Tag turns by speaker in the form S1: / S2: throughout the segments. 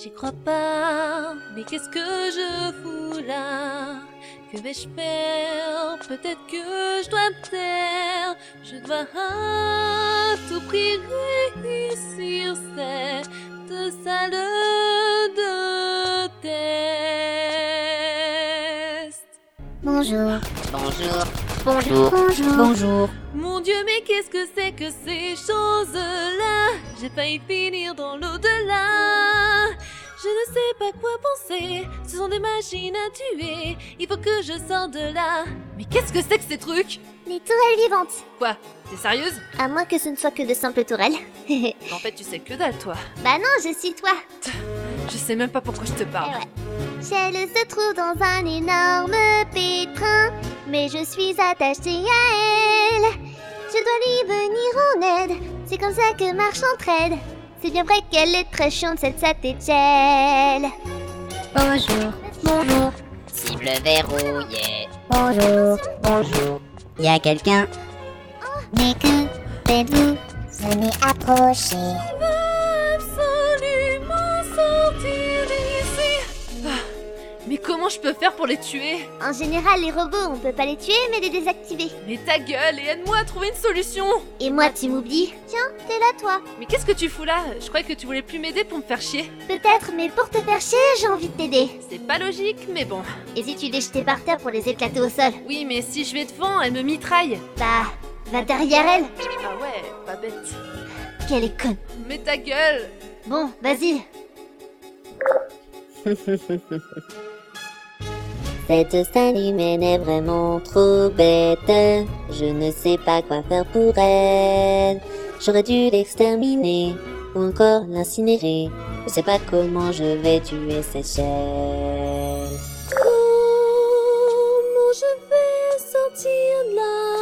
S1: J'y crois pas, mais qu'est-ce que je fous là Que vais-je faire Peut-être que je dois me taire. Je dois à tout prix réussir cette salle de test.
S2: Bonjour.
S3: Bonjour.
S2: Bonjour. Bonjour.
S4: Bonjour.
S1: Mon Dieu, mais qu'est-ce que c'est que ces choses-là J'ai failli finir dans l'au-delà. Je ne sais pas quoi penser, ce sont des machines à tuer. Il faut que je sorte de là. Mais qu'est-ce que c'est que ces trucs
S2: Les tourelles vivantes.
S1: Quoi T'es sérieuse
S2: À moins que ce ne soit que de simples tourelles.
S1: En fait, tu sais que dalle, toi.
S2: bah non, je suis toi.
S1: Je sais même pas pourquoi je te
S2: Eh
S1: parle.
S2: ouais. Shell se trouve dans un énorme pétrin, mais je suis attachée à elle. Je dois lui venir en aide, c'est comme ça que marche entraide. C'est bien vrai qu'elle est très chiante cette saté Shell.
S4: Bonjour. Bonjour.
S3: Cible verrouillée.
S4: Bonjour. Bonjour. Y a quelqu'un
S2: Mais que faites-vous Venez approcher.
S1: Absolument sortir d'ici. Ah, Mais comment je peux faire pour les tuer
S2: En général, les robots, on peut pas les tuer, mais les désactiver.
S1: Mais ta gueule et aide-moi à trouver une solution.
S2: Et moi, tu m'oublies Tiens, t'es là toi.
S1: Mais qu'est-ce que tu fous là Je croyais que tu voulais plus m'aider pour me faire chier.
S2: Peut-être, mais pour te faire chier, j'ai envie de t'aider.
S1: C'est pas logique, mais bon.
S2: Et si tu les jetais par terre pour les éclater au sol
S1: Oui, mais si je vais devant, elle me mitraille.
S2: Bah, va derrière elle.
S1: Ah ouais, pas bête.
S2: Quelle est conne.
S1: Mais ta gueule
S2: Bon, vas-y,
S4: Cette salle humaine est vraiment trop bête. Je ne sais pas quoi faire pour elle. J'aurais dû l'exterminer ou encore l'incinérer. Je sais pas comment je vais tuer cette chaîne.
S1: Comment je vais sortir de là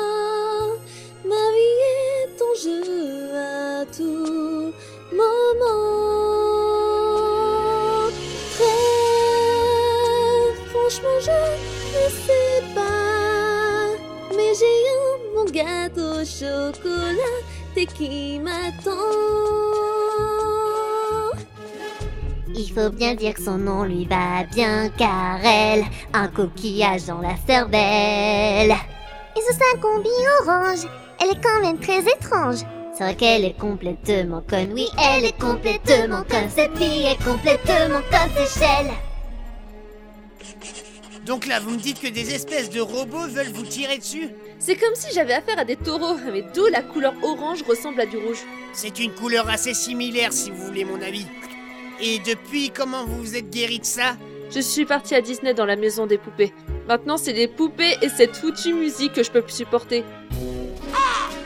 S1: Ma vie est en jeu à tout moment. Très franchement, je ne sais pas. Mais j'ai un bon gâteau au chocolat et qui m'attend.
S2: Il faut bien dire que son nom lui va bien car elle a un coquillage dans la cervelle. Et sous sa combi orange, elle est quand même très étrange. C'est vrai qu'elle est complètement conne, oui, elle est complètement conne. Cette fille est complètement conne, Seychelles.
S5: Donc là, vous me dites que des espèces de robots veulent vous tirer dessus
S1: C'est comme si j'avais affaire à des taureaux, mais d'où la couleur orange ressemble à du rouge.
S5: C'est une couleur assez similaire, si vous voulez mon avis. Et depuis, comment vous vous êtes guéri de ça
S1: Je suis partie à Disney dans la maison des poupées. Maintenant, c'est des poupées et cette foutue musique que je peux plus supporter.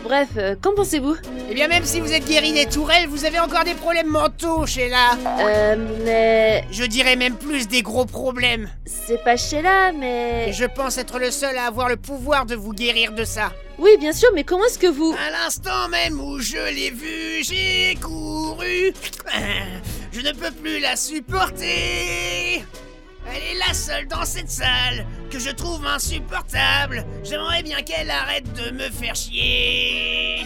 S1: Bref, euh, qu'en pensez-vous
S5: Eh bien, même si vous êtes guéri des tourelles, vous avez encore des problèmes mentaux, Sheila
S1: Euh, mais...
S5: Je dirais même plus des gros problèmes.
S1: C'est pas Sheila,
S5: Et
S1: mais...
S5: je pense être le seul à avoir le pouvoir de vous guérir de ça.
S1: Oui, bien sûr, mais comment est-ce que vous...
S5: À l'instant même où je l'ai vue, j'ai couru. Je ne peux plus la supporter. Elle est la seule dans cette salle que je trouve insupportable. J'aimerais bien qu'elle arrête de me faire chier.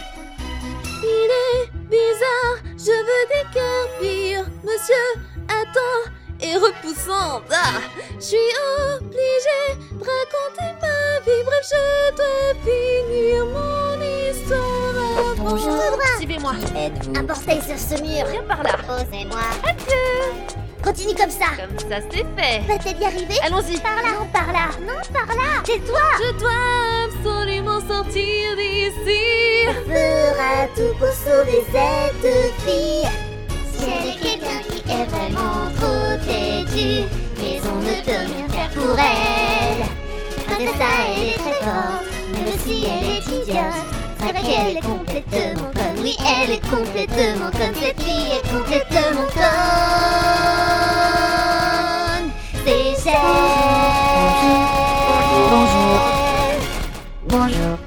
S1: Il est bizarre, je veux décarpir, monsieur, attends, et repoussant, ah Je suis obligée de raconter ma vie, bref, je dois finir mon histoire avant...
S4: Bonjour.
S1: Suivez-moi,
S4: Qui
S2: Un
S4: êtes-vous
S2: portail sur ce mur.
S1: viens par là
S2: Oh, c'est moi. Continue comme ça.
S1: Comme ça, c'est fait
S2: Va-t-elle y arriver
S1: Allons-y
S2: Par là. Non, par là. Non, par là. Tais-toi.
S1: Je dois absolument sortir d'ici
S2: fera tout pour sauver cette fille. Si elle est quelqu'un qui est vraiment trop têtue, mais on ne peut rien faire pour elle. Princessa, elle est très forte, même si elle est idiote. C'est vrai qu'elle est complètement conne, oui, elle est complètement conne. Cette fille est complètement conne. C'est Shell.
S4: Bonjour. Bonjour.